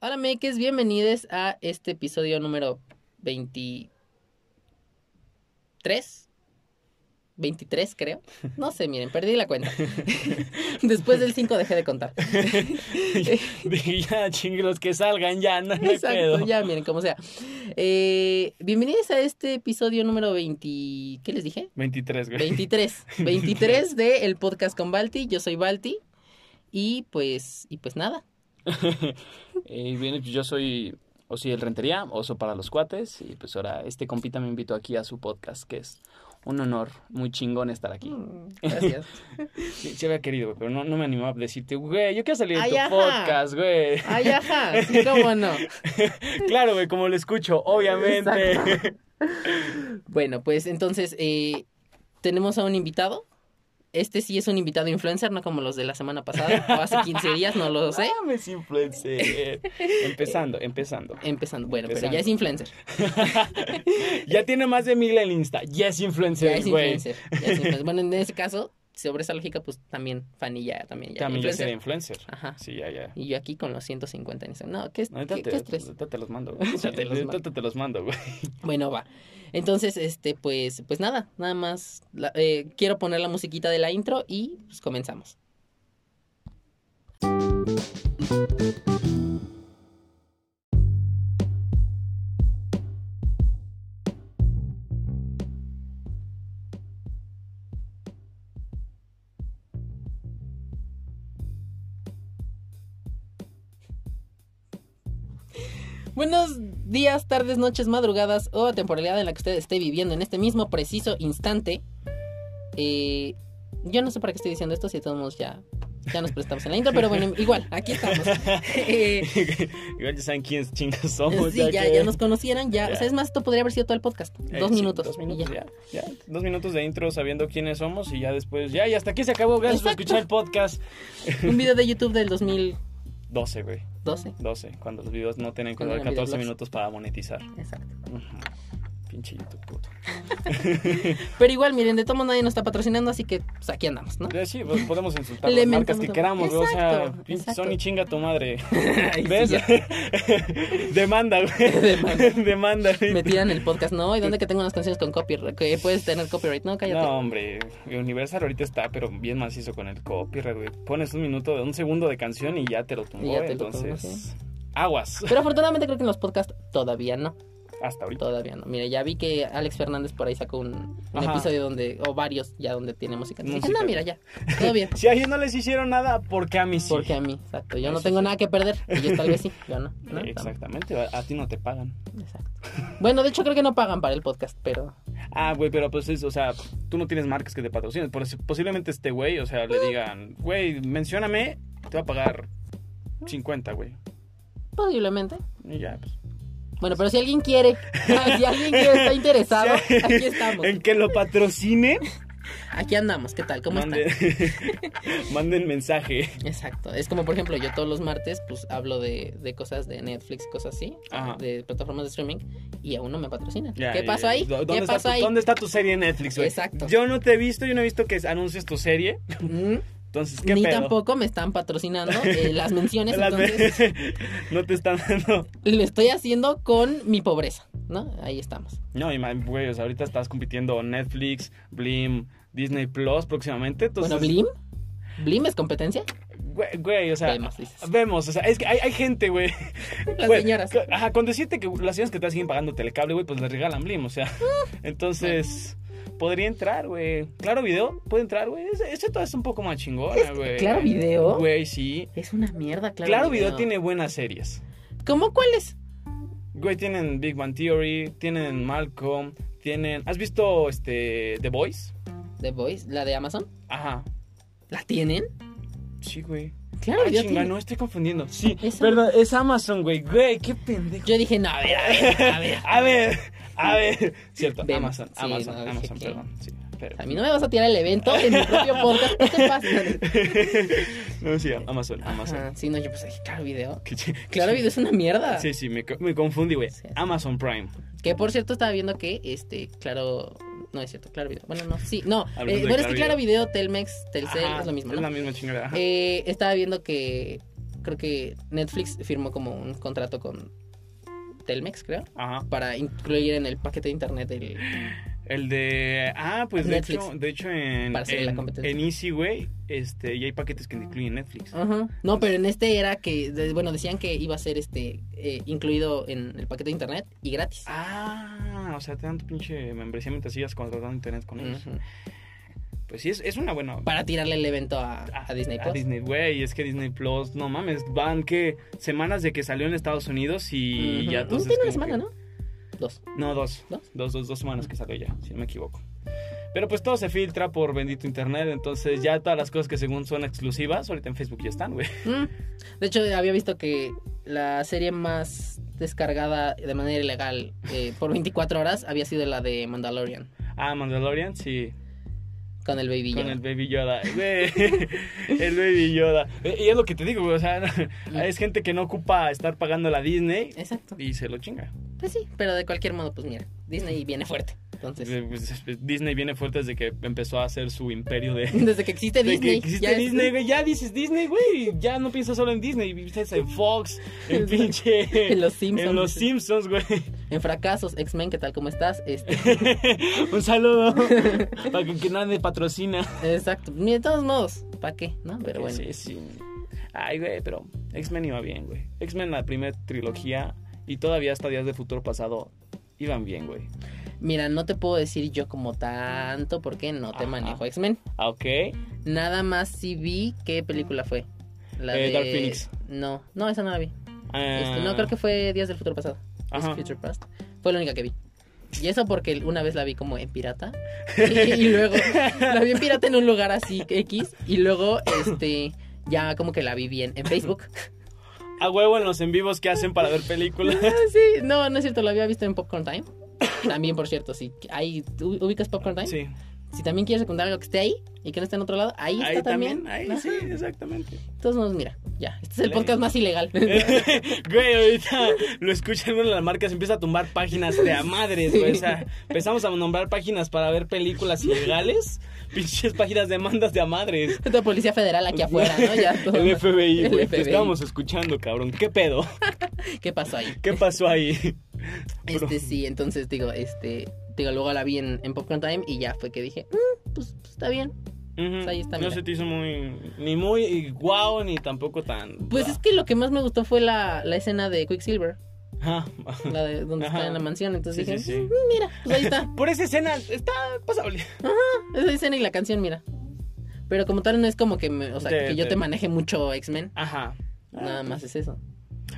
Hola, Mekes, bienvenidos a este episodio número 23. 23, creo. No sé, miren, perdí la cuenta. Después del 5 dejé de contar. Dije, ya, chingue, los que salgan, ya, no me Exacto, pedo. ya, miren, como sea. Eh, bienvenidos a este episodio número 20. ¿Qué les dije? 23, güey. 23. 23 de El Podcast con Balti. Yo soy Balti. Y pues, y pues nada. Y bien, pues yo soy Osi del Rentería, oso para los cuates. Y pues ahora este compita me invitó aquí a su podcast, que es un honor, muy chingón estar aquí. Gracias. Mm. Sí, sí había querido, güey, pero no, no me animaba a decirte, güey, yo quiero salir en Ay, tu ajá. podcast, güey. Ay, ajá, sí, cómo no. Claro, güey, como lo escucho, obviamente. Bueno, pues entonces eh, tenemos a un invitado. Este sí es un invitado influencer, no como los de la semana pasada, o hace 15 días, no lo sé. Mames, Ah, influencer. Empezando, empezando. Empezando, bueno, pero Empezando. ya es influencer. Ya tiene más de mil en Insta. Ya es Ya influencer, es güey. influencer. ya es influencer. Bueno, en ese caso, sobre esa lógica, pues también Fanny ya también ya. También influencer. ya Ah. será influencer. Ajá. Sí, ya, ya. Y yo aquí con los 150 en Instagram. No, ¿qué, es- Ahorita qué- te, qué estrés? ahorita te los mando, güey. Ahorita te los Ahorita mando. te los mando, güey. Bueno, va. Entonces, este, pues, pues nada, nada más. la- eh, quiero poner la musiquita de la intro y pues comenzamos. Buenos días, tardes, noches, madrugadas o temporalidad en la que usted esté viviendo en este mismo preciso instante. Eh, yo no sé para qué estoy diciendo esto si de todos modos ya, ya nos prestamos en la intro, pero bueno, igual, aquí estamos. Eh, Igual ya saben quiénes chingas somos. sí, ya, que- ya nos conocieran, ya, Ya. o sea, es más, esto podría haber sido todo el podcast. Eh, dos sí, minutos. Dos y minutos, ya. ya. ya. Dos minutos de intro sabiendo quiénes somos y ya después, ya, y hasta aquí se acabó. Gracias por Exacto. escuchar el podcast. Un video de YouTube del 2012. 12, güey. 12, cuando los videos no tienen que Cuando durar eran videoblogs. 14 minutos para monetizar. Exacto. Ujú. Pinche YouTube puto. Pero igual, miren, de tomo nadie nos está patrocinando, así que pues, aquí andamos, ¿no? Ya, sí, pues, podemos insultar Le las marcas mentamos que la- queramos, güey. O sea, Exacto, pinche exacto. Sony chinga tu madre. Ay, sí, ¿Ves? ya. Demanda, güey. Demanda. Demanda, güey. Me tiran el podcast, ¿no? ¿Y dónde que tengo unas canciones con copyright? Que puedes tener copyright, no, cállate. No, hombre, Universal ahorita está, pero bien macizo con el copyright, güey. Pones un minuto, un segundo de canción y ya te lo tumbó, Y ya te lo tumbó, entonces... Aguas. Pero afortunadamente creo que en los podcasts todavía no, Hasta ahorita. todavía no. Mira, ya vi que Alex Fernández por ahí sacó un, un Ajá. episodio donde, o varios ya donde tiene música. Dije, Música. no, mira, ya, todo bien. Si a ellos no les hicieron nada, ¿por qué a mí sí? Porque a mí, exacto, yo no Eso tengo sí. nada que perder. Ellos tal vez sí, yo no. ¿no? Exactamente, a, a ti no te pagan. Exacto. Bueno, de hecho creo que no pagan para el podcast, pero... Ah, güey, pero pues es, o sea, tú no tienes marcas que te patrocinen. Por, posiblemente este güey, o sea, le digan, güey, mencióname, te va a pagar 50, güey. Posiblemente. Y ya, pues. Bueno, pero si alguien quiere, si alguien quiere, está interesado, Sí. aquí estamos. En que lo patrocine, Aquí andamos, ¿qué tal? ¿Cómo manden, están? manden mensaje. Exacto. Es como, por ejemplo, yo todos los martes, pues hablo de, de cosas de Netflix, cosas así, Ajá. de plataformas de streaming, y aún no me patrocinan. Ya, ¿Qué ya, pasó ya. ahí? ¿Dó- ¿Qué está pasó tu- ahí? ¿Dónde está tu serie en Netflix, güey? Exacto. Yo no te he visto, yo no he visto que anuncies tu serie. Mm, Entonces, ¿qué Ni pedo? tampoco me están patrocinando eh, las menciones, Las ve- entonces no te están dando. lo estoy haciendo con mi pobreza, ¿no? Ahí estamos. No, y man, güey, o sea, ahorita estás compitiendo Netflix, Blim, Disney Plus próximamente. Entonces, bueno, Blim. ¿Blim es competencia? Güey, güey, o sea. Vemos, dices. vemos, o sea, es que hay, hay gente, güey. Las Güey, señoras. que- Ajá, con decirte que las señoras que te siguen pagando telecable, güey, pues les regalan Blim, o sea. Entonces, podría entrar, güey. Claro, video, puede entrar, güey. Ese, ese todo es un poco más chingona, güey. ¿Claro Video? Güey, sí. Es una mierda, claro. Claro, video. tiene buenas series. ¿Cómo cuáles? Güey, tienen Big Bang Theory, tienen Malcolm, tienen. ¿Has visto este The Voice? The Voice, la de Amazon. Ajá. ¿La tienen? Sí, güey. Claro, Ah, Video chinga, tiene. no estoy confundiendo. Sí, Es perdón, es Amazon, güey. Güey, qué pendejo. Yo dije, no, a ver, a ver, a ver. A ver, a ver. Cierto, Vemos. Amazon, Sí, Amazon, no, dije Amazon, que- perdón. Sí, pero- A mí no me vas a tirar el evento en mi propio podcast. ¿Qué te pasa? no, sí, Amazon, Amazón. Ajá, sí, no, yo pues dije, claro, video. Qué chi- Claro, video es una mierda. Sí, sí, me, co- me confundí, güey. Sí. Amazon Prime. Que por cierto, estaba viendo que, este, claro. No es cierto, claro, video. Bueno, no, sí, no. eh, Hablando de bueno, es que Claro claro, video, Telmex, Telcel, Ajá, es lo mismo. Es ¿no? la misma chingada. ajá. Eh, estaba viendo que creo que Netflix firmó como un contrato con Telmex, creo, Ajá. para incluir en el paquete de internet el... El de. Ah, pues de Netflix. hecho, de hecho en, Para hacer la en, competencia. Ah. en Easy, güey, este, ya hay paquetes que incluyen Netflix. Ajá. No, pero en este era que, de- bueno, decían que iba a ser este eh, incluido en el paquete de internet y gratis. Ah, o sea, te dan tu pinche membresía mientras sigas contratando internet con ellos. Ujú. Pues sí, es, es una buena. Para tirarle el evento a, a Disney A Plus. Disney, güey, es que Disney Plus, no mames, van que semanas de que salió en Estados Unidos y Ujú. ya No, entonces tiene una como que- semana, ¿no? Dos. No, dos. ¿Dos? Dos, dos, dos semanas que salió ya, si no me equivoco. Pero pues todo se filtra por bendito internet, entonces ya todas las cosas que según son exclusivas, ahorita en Facebook ya están, güey. Mm. De hecho, había visto que la serie más descargada de manera ilegal eh, por 24 horas había sido la de Mandalorian Ah, Mandalorian, sí. con el Baby Con Yoda. el Baby Yoda, güey. El Baby Yoda. Eh, Y es lo que te digo, güey, o sea, es gente que no ocupa estar pagando la Disney Exacto. y se lo chinga. Pues sí, pero de cualquier modo, pues mira, Disney viene fuerte. Entonces, Eh, pues, Disney viene fuerte desde que empezó a hacer su imperio de, desde que existe De Disney, que existe ya es- Disney, güey. Ya dices Disney, güey. Ya no piensas solo en Disney. Piensas en Fox, en pinche. en los Simpsons, en los Simpsons, güey. en fracasos, X-Men, ¿qué tal? ¿Cómo estás? Este, Un saludo. Para que, que nadie patrocina. exacto. Ni de todos modos, ¿para qué? ¿No? Pero bueno. Sí, sí. Ay, güey, pero X-Men iba bien, güey. X-Men, la primera trilogía. Y todavía hasta Días de Futuro Pasado. Iban bien, güey. Mira, no te puedo decir yo como tanto porque no te Ajá. manejo X-Men. Ah, ok. Nada más sí vi qué película fue. La Eh, de Dark Phoenix. No, no, esa no la vi. Ah, Este, no, creo que fue Días del Futuro Pasado. Days Ajá. of Future Past. Fue la única que vi. Y eso porque una vez la vi como en pirata. Y, y luego la vi en pirata en un lugar así X. Y luego, este, ya como que la vi bien en Facebook. A huevo en los en vivos que hacen para ver películas. Ah, sí, no, no es cierto, la había visto en Popcorn Time. También, por cierto, si ahí tú ubicas Popcorn Time. Sí. Si también quieres encontrar algo que esté ahí y que no esté en otro lado, ahí, Ahí está también. también. Ahí Ajá. sí, exactamente. Entonces nos mira, ya. Este es el Ley. podcast más ilegal. güey, ahorita lo escuchan bueno, la marca se empieza a tumbar páginas de a madres, güey. O sea, empezamos a nombrar páginas para ver películas ilegales. Pinches páginas de mandas de a madres. Esta policía federal aquí afuera, ¿no? Ya todo. El FBI, El güey. Te FBI. estábamos escuchando, cabrón. ¿Qué pedo? ¿Qué pasó ahí? ¿Qué pasó ahí? Este sí, entonces digo, este, digo, luego la vi en, en Popcorn Time y ya fue que dije, "Mm, pues, pues, está bien. Ujú. Ahí está, no mira. se te hizo muy. Ni muy guau, ni tampoco tan. Pues es que lo que más me gustó fue la, la escena de Quicksilver, Ajá. la de donde Ajá. está en la mansión, entonces Sí, dije, sí, sí. "Mm, mira, pues ahí está, Por esa escena está pasable. esa escena y la canción, mira. Pero como tal no es como que, me- o sea, Te- que yo te- Ah, te maneje mucho X-Men, Ajá. nada más es eso.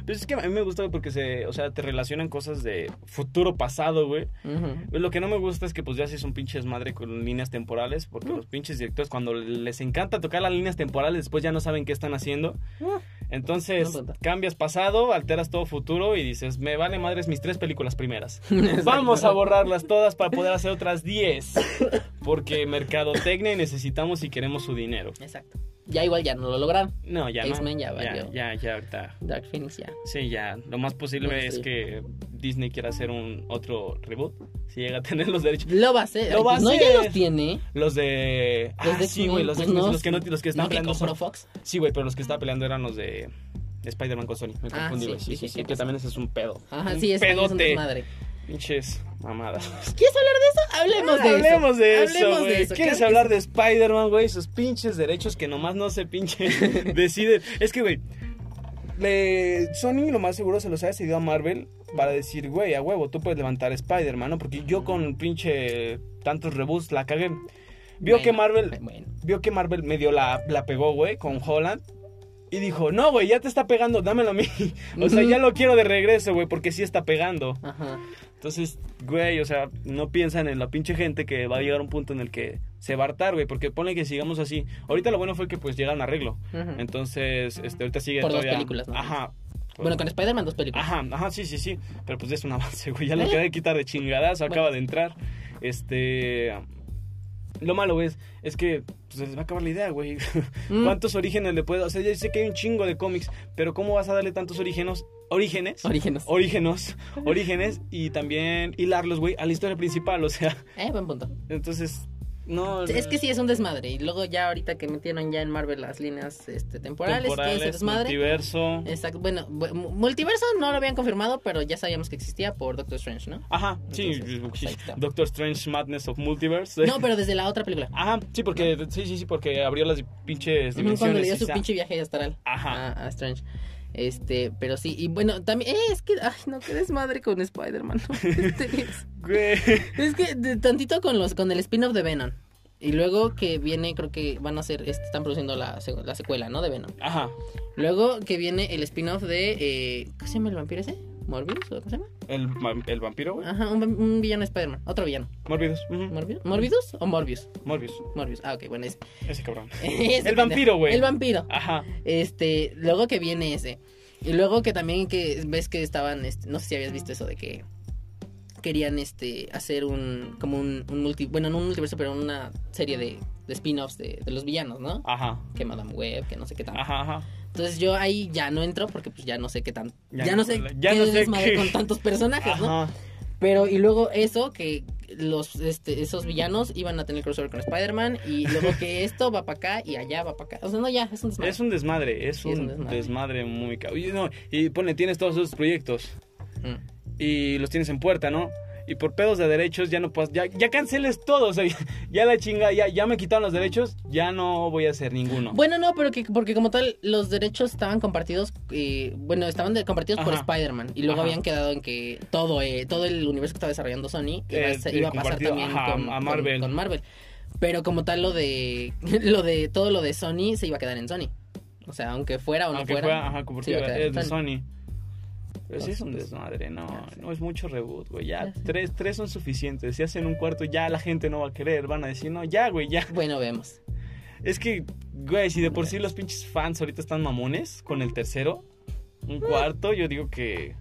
Pues es que a mí me gusta porque se, o sea, te relacionan cosas de futuro pasado, güey. Ujú. Lo que no me gusta es que pues ya haces un pinche desmadre con líneas temporales, porque Mm. los pinches directores cuando les encanta tocar las líneas temporales después ya no saben qué están haciendo. Entonces No cuenta. cambias pasado, alteras todo futuro y dices, me vale madres mis tres películas primeras. Exacto. Vamos a borrarlas todas para poder hacer otras 10. Porque mercadotecnia y necesitamos y queremos su dinero. Exacto. Ya igual ya no lo lograron. No, ya no. X-Men ya ya, valió. ya, ya ahorita. Dark Phoenix ya. Sí, ya. Lo más posible No, es sí. que Disney quiera hacer un otro reboot. Si llega a tener los derechos. Lo va a hacer. Lo va a no hacer. ya los tiene. Los de. Los ah, de sí, X-Men, güey, los de pues X-Men, no, los que no, los que están No que peleando. compró son- Fox. Sí, güey, pero los que estaban peleando eran los de Spider-Man con Sony. Me Ah, confundí, sí, güey. Sí, sí, sí, sí, sí, sí, que sí. también ese es un pedo. Ajá, Un sí, es es un pedote. desmadre. Pinches mamadas. ¿Quieres hablar de eso? Hablemos de eso. Hablemos de eso, Hablemos güey. de eso, ¿Quieres claro que hablar de Spider-Man, güey? Sus pinches derechos que nomás no se pinche deciden. Es que, güey, le- Sony lo más seguro se los ha cedido a Marvel para decir, güey, a huevo, tú puedes levantar Spider-Man, ¿no? Porque yo con pinche tantos reboots la cagué. Vio Bueno, eh, que Marvel Bueno. vio que Marvel medio la, la pegó, güey, con Holland. Y dijo, no, güey, ya te está pegando, dámelo a mí. O sea, ya lo quiero de regreso, güey, porque sí está pegando. Ajá. Entonces, güey, o sea, no piensan en la pinche gente que va a llegar a un punto en el que se va a hartar, güey, porque ponle que sigamos así. Ahorita lo bueno fue que pues llega un arreglo. Ujú. Entonces, este, ahorita sigue Por dos todavía- películas, ¿no? Ajá. Bueno, con Spider-Man dos películas. Ajá, ajá, sí, sí, sí. Pero pues es un avance, güey. Ya lo ¿Eh? acabé de quitar de chingadazo, Bueno. acaba de entrar. Este. Lo malo, güey, es- es que pues, se les va a acabar la idea, güey. Mm. ¿Cuántos orígenes le puedo.? O sea, ya sé que hay un chingo de cómics, pero ¿cómo vas a darle tantos orígenes? Orígenes. Orígenos. Orígenos. Orígenes. Y también hilarlos, güey, a la historia principal, o sea. eh, buen punto. Entonces, No, eh, Es que sí, es un desmadre. Y luego ya ahorita que metieron ya en Marvel las líneas este, temporales, que Eh, temporales, ese desmadre. multiverso. Exacto. Bueno, bu- mu- multiverso no lo habían confirmado, pero ya sabíamos que existía por Doctor Strange, ¿no? Ajá, sí, Entonces, pues, ahí está. Doctor Strange Madness of Multiverse. No, pero desde la otra película. Ajá, sí, porque sí, sí, sí, porque abrió las pinches Ujú, dimensiones. Cuando le dio su esa. pinche Ah. viaje astral Ajá. a, a Strange. Este, pero sí, y bueno, también, eh, es que, ay, no, qué desmadre con Spider-Man, ¿no? Este, es- Güey. Es que de- tantito con los con el spin-off de Venom. Y luego que viene, creo que van a hacer, este, están produciendo la, seg- la secuela, ¿no? De Venom. Ajá. Luego que viene el spin-off de, eh, ¿cómo se llama el vampiro ese? ¿Morbius? ¿O ¿Cómo se llama? El, va- el vampiro, güey. Ajá, un, vam- un villano de Spider-Man. Otro villano. Morbius. ujú. ¿Morbius? ¿Morbius o Morbius? Morbius. Morbius. Ah, ok, bueno, es. Ese cabrón. ese El pendejo. vampiro, güey. El vampiro. Ajá. Este, luego que viene ese. Y luego que también que ves que estaban, este, no sé si habías visto eso de que querían este hacer un como un, un multi, bueno, no un multiverso, pero una serie de, de spin-offs de, de los villanos, ¿no? Ajá. Que Madame Web, que no sé qué tan. Ajá, ajá. Entonces yo ahí ya no entro porque pues ya no sé qué tan Ya ya, no- no sé ya qué no sé desmadre qué. con tantos personajes, ¿no? Ajá. Pero, y luego eso, que los este, esos villanos iban a tener crossover con Spider-Man, y luego que esto va para acá y allá va para acá. O sea, no, ya, es un desmadre. Es un desmadre, es, Sí, un, es un desmadre, desmadre. muy cabrón. Y, no, y pone, tienes todos esos proyectos Mm. y los tienes en puerta, ¿no? Y por pedos de derechos ya no puedes, ya, ya canceles todo, o sea, ya la chinga, ya, ya me quitaron los derechos, ya no voy a hacer ninguno. Bueno, no, pero que, porque como tal, los derechos estaban compartidos, eh, bueno, estaban de- compartidos por Ajá. Spider-Man, y luego Ajá. habían quedado en que todo eh, todo el universo que estaba desarrollando Sony iba, a Eh, ser- eh, iba a pasar compartido, también ajá, con, a con- Marvel. con Marvel. Pero como tal, lo de, lo de todo lo de Sony se iba a quedar en Sony. O sea, aunque fuera o no Aunque fuera, fuera, ajá, se iba a compartida, quedar es en de Sony. Sony. Pero sí es un Entonces, desmadre, no, ya sé. no es mucho reboot, güey. Ya Ya sé. tres, tres son suficientes. Si hacen un cuarto, ya la gente no va a querer. Van a decir, no, ya, güey, ya. Bueno, vemos. Es que, güey, si de por sí los pinches fans ahorita están mamones con el tercero, Mm. un cuarto, yo digo que.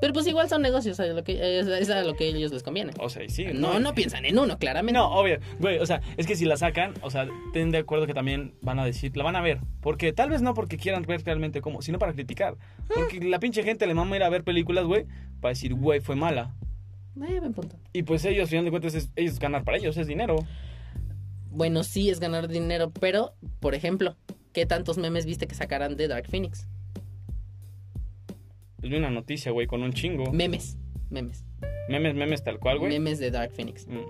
Pero pues igual son negocios, ¿sabes? Lo que, es, es a lo que a ellos les conviene. O sea, sí. Ah, No, no piensan en uno, claramente. No, obvio. Güey, o sea, es que si la sacan, o sea, ten de acuerdo que también van a decir, la van a ver. Porque tal vez no porque quieran ver realmente cómo, sino para criticar. Porque la pinche gente le mama ir a ver películas, güey, para decir, güey, fue mala. Eh, buen punto. Y pues ellos, al final de cuentas, es- ellos ganar para ellos, es dinero. Bueno, sí es ganar dinero, pero, por ejemplo, ¿qué tantos memes viste que sacaran de Dark Phoenix? Es una noticia, güey, con un chingo. Memes, memes. Memes, memes tal cual, güey. Memes de Dark Phoenix. Mm.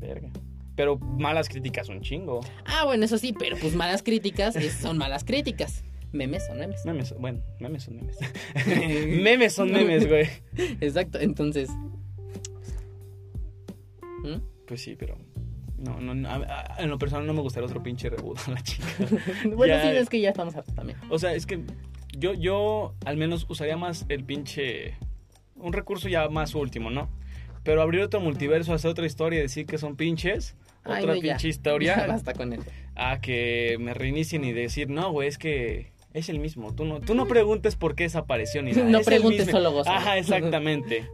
Verga. Pero malas críticas, un chingo. Ah, bueno, eso sí, pero pues malas críticas es- son malas críticas. Memes son memes. Memes, bueno, memes son memes. memes son memes, güey. Exacto, entonces... ¿Mm? Pues sí, pero. No, no, no, a- a- en lo personal no me gustaría otro pinche reboot a la chica. Bueno, Ya. sí, es que ya estamos hartos también. O sea, es que yo, yo al menos usaría más el pinche. Un recurso ya más último, ¿no? Pero abrir otro multiverso, hacer otra historia y decir que son pinches. Ay, otra no, ya. pinche Ya historia. basta con él. a que me reinicien y decir, no, güey, es que es el mismo. Tú no, tú no preguntes por qué desapareció ni nada. No es el preguntes, mismo. solo gózalo. Ajá, exactamente.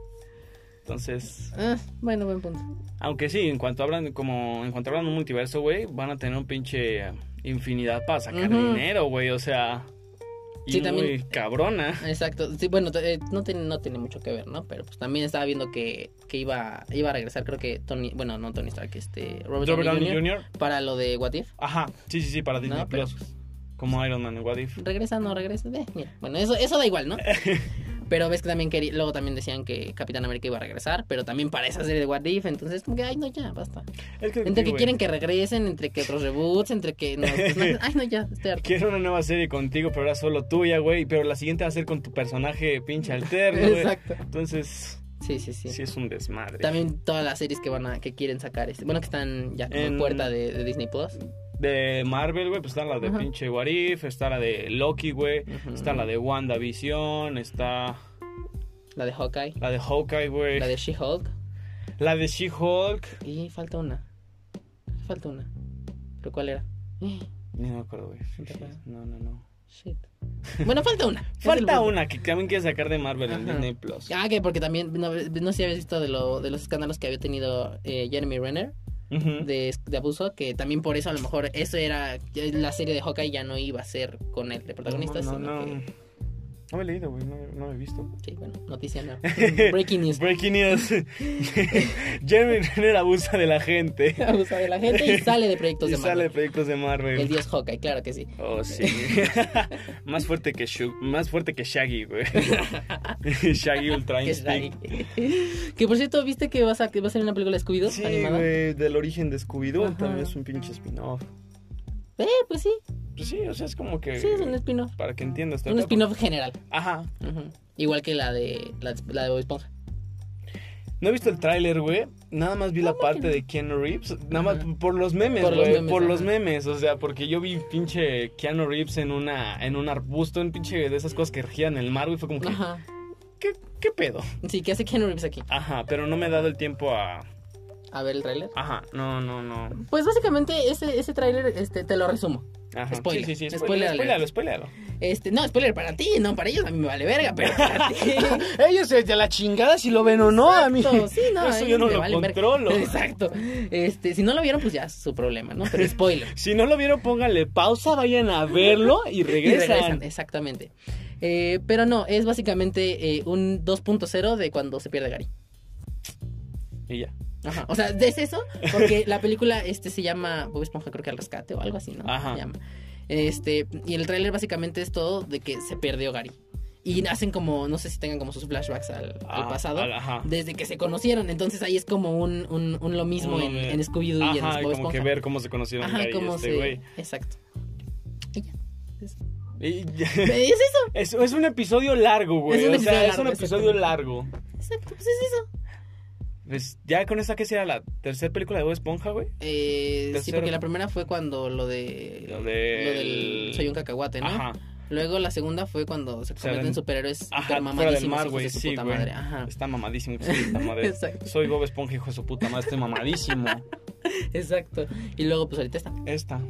Entonces, Ah, bueno, buen punto. aunque sí, en cuanto hablan como en cuanto hablan de un multiverso, güey, van a tener un pinche eh, infinidad para sacar Ujú. dinero, güey, o sea, y Sí, muy también. cabrona. Exacto, sí, bueno, t- eh, no tiene, no tiene mucho que ver, ¿no? Pero pues también estaba viendo que, que iba, iba a regresar, creo que Tony, bueno, no Tony Stark, este, Robert, Robert Downey Downey Jr. Jr. para lo de What If. Ajá, sí, sí, sí, para Disney No, pero Plus. Como Iron Man en What If. Regresa, no regresa, eh, mira. Bueno, eso, eso da igual, ¿no? Pero ves que también quería, luego también decían que Capitán América iba a regresar, pero también para esa serie de What If, entonces como que, ay, no, ya, basta. Es que, Entre que güey, quieren que regresen, entre que otros reboots, entre que... No, pues, no, ay, no, ya, estoy harto. Quiero una nueva serie contigo, pero ahora solo tuya, güey. Pero la siguiente va a ser con tu personaje pinche alterno, güey. Exacto. Entonces, Sí, sí, sí. sí es un desmadre. También todas las series que van a, que quieren sacar, este, bueno, que están ya como en En- puerta de, de Disney Plus. De Marvel, güey, pues está la de Ajá. pinche Warif, está la de Loki, güey. Ujú. Está la de WandaVision, está La de Hawkeye, la de Hawkeye, güey. la de She-Hulk La de She-Hulk. y falta una. Falta una. ¿Pero cuál era? Eh, Ni me acuerdo, güey. ¿No te acuerdas? No, no, no. Shit. Bueno, falta una. Es el Falta punto. una que también quiere sacar de Marvel en Ajá. Disney Plus. Ah, que porque también, no, no sé si habías visto de, lo, de los escándalos que había tenido eh, Jeremy Renner Ujú. de, de abuso, que también por eso a lo mejor eso era, la serie de Hawkeye ya no iba a ser con él de protagonista, No, sino no, que no. No me he leído, güey, no, no lo he visto. Sí, bueno, noticia no. Breaking news. Breaking news. Jeremy Renner abusa de la gente. Abusa de la gente y sale de proyectos Y de sale de Marvel. proyectos de Marvel. El dios Hawkeye, claro que sí. Oh, sí. más fuerte que Shug- más fuerte que Shaggy, güey. Shaggy Ultra Que, es Instinct. Ray. Que, por cierto, ¿viste que vas a, que va a ser una película de Scooby-Doo Sí, animada? güey, del origen de Scooby-Doo Ajá. también es un pinche spin-off. Eh, pues sí, Pues sí, o sea, es como que sí, es un spin-off. para que entiendas Un spin-off general. Ajá. Ujú. Igual que la de, la, de- la de Bob Esponja. No he visto el tráiler, güey. Nada más vi la ¿Cómo parte que no? de Keanu Reeves. Nada más Ajá. por los memes, Por los güey. memes, Por los ajá. memes. O sea, porque yo vi pinche Keanu Reeves en una en un arbusto, en pinche de esas cosas que giran en el mar, güey. Fue como que, Ajá. ¿qué, ¿qué pedo? Sí, ¿qué hace Keanu Reeves aquí? Ajá, pero no me he dado el tiempo a... A ver el tráiler. Ajá, no, no, no. Pues básicamente ese, ese tráiler este, te lo resumo. Ajá. Spoiler. Sí, sí, sí. Spoiler Spoiler, spoileralo, spoileralo. Este, no, spoiler para ti, no para ellos, a mí me vale verga, pero para ti. Ellos se de la chingada si lo ven o no, a mí. No, sí, no, Eso ellos yo no me lo valen verga. controlo. Exacto. Este, si no lo vieron, pues ya es su problema, ¿no? Pero spoiler. Si no lo vieron, pónganle pausa, vayan a verlo y Y regresan. regresan, exactamente. Eh, pero no, es básicamente eh, un 2.0 de cuando se pierde Gary. Y ya. Ajá. O sea, es eso, porque la película este se llama Bob Esponja creo que al rescate o algo así, ¿no? Ajá. Se llama. Este, y el tráiler básicamente es todo de que se perdió Gary. Y hacen como, no sé si tengan como sus flashbacks al, al Ah, pasado. al- ajá. Desde que se conocieron, entonces ahí es como un, un, un lo mismo Un en, lo mi- en Scooby-Doo y en Ajá, y Bob como que Esponja. ver cómo se conocieron Ajá, Gary y como este se... güey. Exacto. Y ya. Es, Y ya. es eso, Es, es un episodio largo, güey. Es un o sea, episodio es un largo, episodio largo. exacto, pues es eso. Pues ya con esta que será la tercera película de Bob Esponja, güey. Eh, sí, Tercero. porque la primera fue cuando lo de... del... Lo del- Soy un cacahuate, ¿no? Ajá. Luego la segunda fue cuando se sea, convierten en en- superhéroes Ajá, hiper fuera del mamadísimos mar, hijos güey. de su Sí, puta güey. madre. Ajá. Está mamadísimo. hijo de su puta madre. Exacto. Soy Bob Esponja, hijo de su puta madre. Estoy mamadísimo. Exacto. Y luego pues ahorita está. Esta.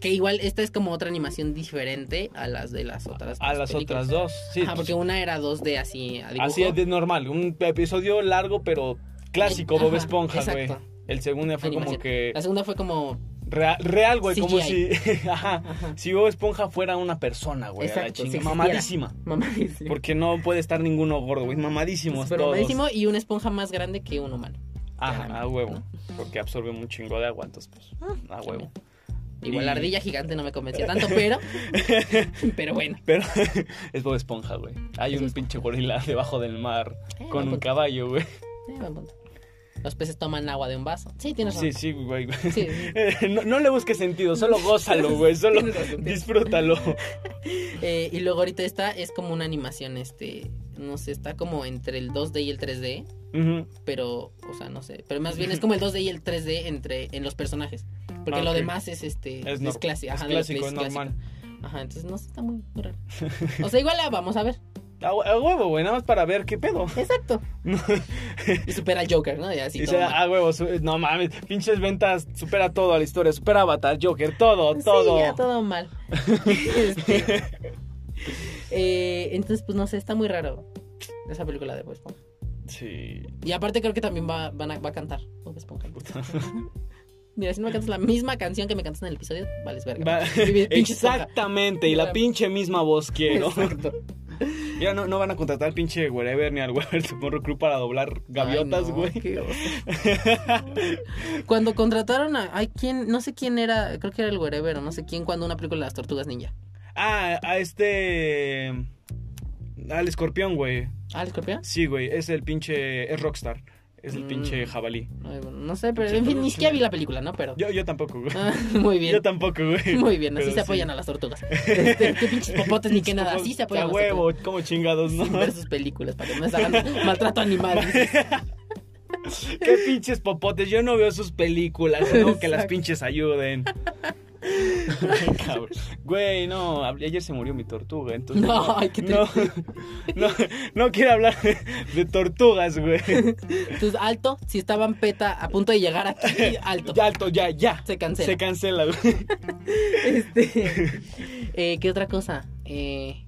Que igual esta es como otra animación diferente a las de las otras. A dos las películas. otras dos. Sí. pues. Ajá, porque una era 2D así a dibujo. Así es de normal, un episodio largo pero clásico Ajá, Bob Esponja, güey. exacto. El segundo fue Animación. como que La segunda fue como... rea- real, güey, como si CGI. ajá, Ajá. si Bob Esponja fuera una persona, güey, a la Exacto, si chinga, existiera. mamadísima. Mamadísimo. Porque no puede estar ninguno gordo, güey, mamadísimos Pero todos. mamadísimo y una esponja más grande que un humano. Ajá, a huevo, porque absorbe un chingo de agua, entonces pues, Ah, a huevo. Igual la Y- ardilla gigante no me convencía tanto, pero... pero bueno. Pero es Bob Esponja, güey. Hay Es un Bob pinche gorila debajo del mar Eh, con buen un punto, caballo, güey. eh, buen punto. Los peces toman agua de un vaso. Sí, tienes Sí, razón. sí, güey. Sí, sí. No, no le busques sentido, solo gózalo, güey, solo Tienes razón, tienes- disfrútalo. Eh, y luego ahorita esta es como una animación, este, no sé, está como entre el 2D y el 3D, Ujú. pero, o sea, no sé, pero más bien es como el 2D y el 3D entre, en los personajes, porque Ah, lo ok. demás es este, es, Es, nor- clasi- es ajá, de los clásico, es plays, clásico. normal. Ajá, entonces no sé, está muy, muy raro. O sea, igual la vamos a ver, A, hue- a huevo, güey, nada más para ver qué pedo. exacto. y supera al Joker, ¿no? Y así Y todo sea, mal. a huevo, su- no mames, pinches ventas, supera todo a la historia, supera Avatar, Joker, todo, ah, todo. Sí, ya todo mal. Este, eh, entonces, pues no sé, está muy raro esa película de Bob Esponja. Sí. Y aparte creo que también va, van a, va a cantar Bob Esponja. Mira, si no me cantas la misma canción que me cantas en el episodio, vales verga. Va- Pinche esponja. Exactamente, y la pinche misma voz quiero. Exacto. Ya no, no van a contratar al pinche Wherever ni al Wherever Tomorrow Crew para doblar Ay, gaviotas, no, güey. qué oso. Cuando contrataron a, ay, quién, no sé quién era, creo que era el Wherever, o no sé quién, cuando una película de las Tortugas Ninja. Ah, a este. Al escorpión, güey. Ah, ¿el escorpión? Sí, güey, es el pinche. Es Rockstar. Es el Mm. pinche jabalí. Ay, bueno, no sé, pero en fin, ni siquiera vi la película, ¿no? Pero, Yo, yo tampoco, güey. Ah, muy bien. Yo tampoco, güey. Muy bien, así Pero se apoyan sí. a las tortugas. Este, qué pinches popotes ni qué nada, Como- así se apoyan A a las huevo, como chingados, ¿no? tortugas. Sin ver sus películas, para que no les hagan maltrato animal. dices. Qué pinches popotes. Yo no veo sus películas. No, que las pinches ayuden. Cabrón. Güey, no, hab- ayer se murió mi tortuga, entonces No, ay, qué no, no, no quiero hablar de, de tortugas, güey. Entonces, alto, si estaban peta a punto de llegar aquí, alto. Ya alto, ya, ya. Se cancela. Se cancela, güey. Este, eh, ¿Qué otra cosa? Eh,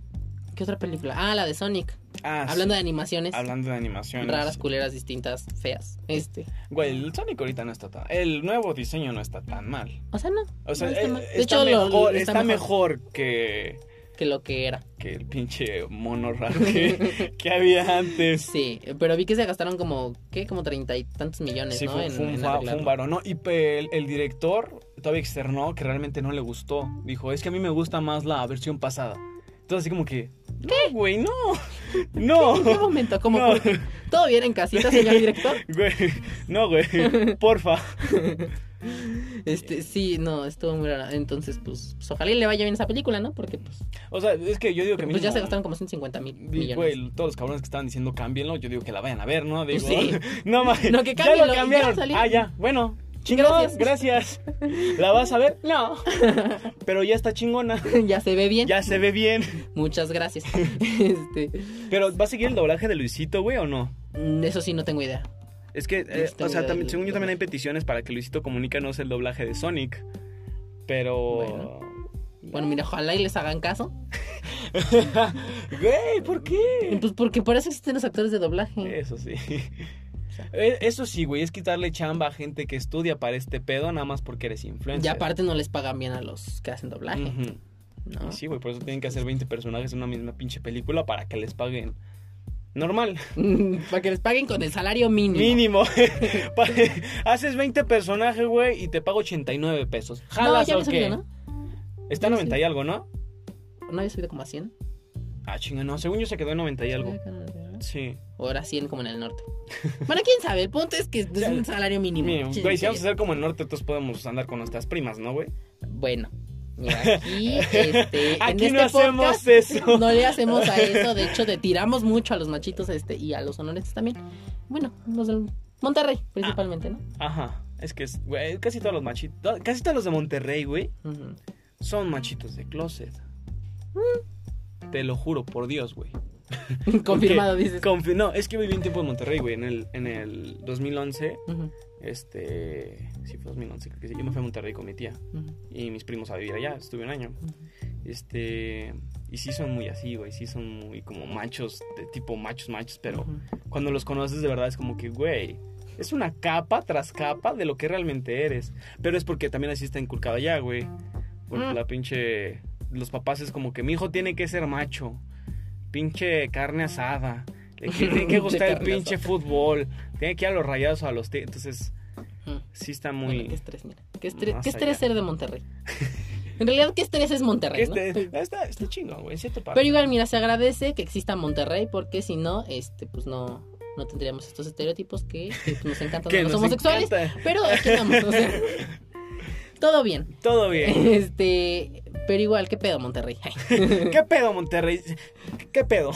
¿Qué otra película? Ah, la de Sonic. Ah, sí. Hablando de animaciones. Hablando de animaciones. Raras, culeras, distintas, feas. Este. Güey, el Sonic ahorita no está tan. El nuevo diseño no está tan mal. O sea, no. O sea, no eh, está está, mal. de hecho, lo- mejor, lo- está mejor que. que lo que era. Que el pinche mono raro que, que había antes. Sí, pero vi que se gastaron como, ¿qué? Como treinta y tantos millones, Sí, ¿no? fue, En- fue un, en va- fue arreglarlo. un varón, ¿no? Y pe- el, el director todavía externó que realmente no le gustó. Dijo, es que a mí me gusta más la versión pasada. Entonces, así como que, no, güey, no. No. ¿En qué momento? Como, No. por- ¿Todo bien en casita, señor director? Güey, no, güey, porfa. Este, sí, no, estuvo muy raro. Entonces, pues, pues, ojalá y le vaya bien esa película, ¿no? Porque, pues, O sea, es que yo digo que pues ya mínimo- se gastaron como 150 mil Di- millones. Güey, todos los cabrones que estaban diciendo cámbienlo, yo digo que la vayan a ver, ¿no? Digo, Sí. no mames. No, que ya cámbienlo, lo ya cambiaron. salió. ah, ya. Bueno, chingón, Gracias. gracias. ¿La vas a ver? No. Pero ya está chingona. ya se ve bien. Ya se ve bien. Muchas gracias. este, Pero ¿va a seguir el doblaje de Luisito, güey, o no? mm, eso sí, no tengo idea. Es que, eh, Este, o sea, también- el- según yo también hay peticiones para que Luisito Comunica no sea el doblaje de Sonic. Pero. Bueno, mira, ojalá y les hagan caso. Güey, ¿por qué? Pues porque por eso existen los actores de doblaje. Eso sí. Eh, Eso sí, güey, es quitarle chamba a gente que estudia para este pedo nada más porque eres influencer. Y aparte no les pagan bien a los que hacen doblaje, Ujú. ¿no? Y Sí, güey, por eso tienen que hacer 20 personajes en una misma pinche película para que les paguen normal, Para que les paguen con el salario mínimo. mínimo. Pa- Haces 20 personajes, güey, y te pago 89 pesos. No, ¿Jalas ya o me qué? subió, ¿no? Está Ya me 90 y algo, ¿no? ¿No había subido como a 100? Ah, chinga, no, según yo se quedó en 90 y Ah, algo. Sí. O era 100 como en el norte. Bueno, quién sabe. El punto es que es un salario mínimo. Mira, Chin, Güey, si vamos a chin. hacer como el norte, entonces podemos andar con nuestras primas, ¿no, güey? Bueno, mira, aquí, este, Aquí en no este hacemos podcast, eso. No le hacemos a eso. De hecho, le tiramos mucho a los machitos este y a los honoretes también. Bueno, los del Monterrey principalmente, ¿no? Ajá. Es que, es- güey, casi todos los machitos, casi todos los de Monterrey, güey, Ujú. son machitos de closet. Mm. Te lo juro, por Dios, güey. Confirmado, dices. Confi- no, es que viví un tiempo en Monterrey, güey. En el, en el 2011, Ujú, este. Sí, fue 2011, creo que sí. Yo me fui a Monterrey con mi tía ujú, y mis primos a vivir allá. Estuve un año. ujú. Este. Y sí son muy así, güey. Sí son muy como machos, de tipo machos, machos. Pero Ujú. cuando los conoces de verdad es como que, güey. Es una capa tras capa de lo que realmente eres. Pero es porque también así está inculcado allá, güey. Porque Mm. la pinche. Los papás es como que mi hijo tiene que ser macho. Pinche carne asada. Le que- tiene que De gustar el carne pinche fútbol. Tiene que ir a los rayados o a los. te- Entonces, Ujú. sí está Bueno, muy. qué estrés, mira. Qué estrés, Más qué estrés allá. ser de Monterrey. En realidad, qué estrés es Monterrey, Este, ¿no? está, está chingón, güey. en cierta parte. Pero igual, mira, se agradece que exista Monterrey porque si no, este, pues no, no tendríamos estos estereotipos que, que, pues, nos encantan a Que los nos homosexuales. encanta. Pero aquí estamos, o sea, todo bien. Todo bien. Este, pero igual, ¿qué pedo Monterrey? Ay, ¿Qué pedo, Monterrey? ¿Qué pedo?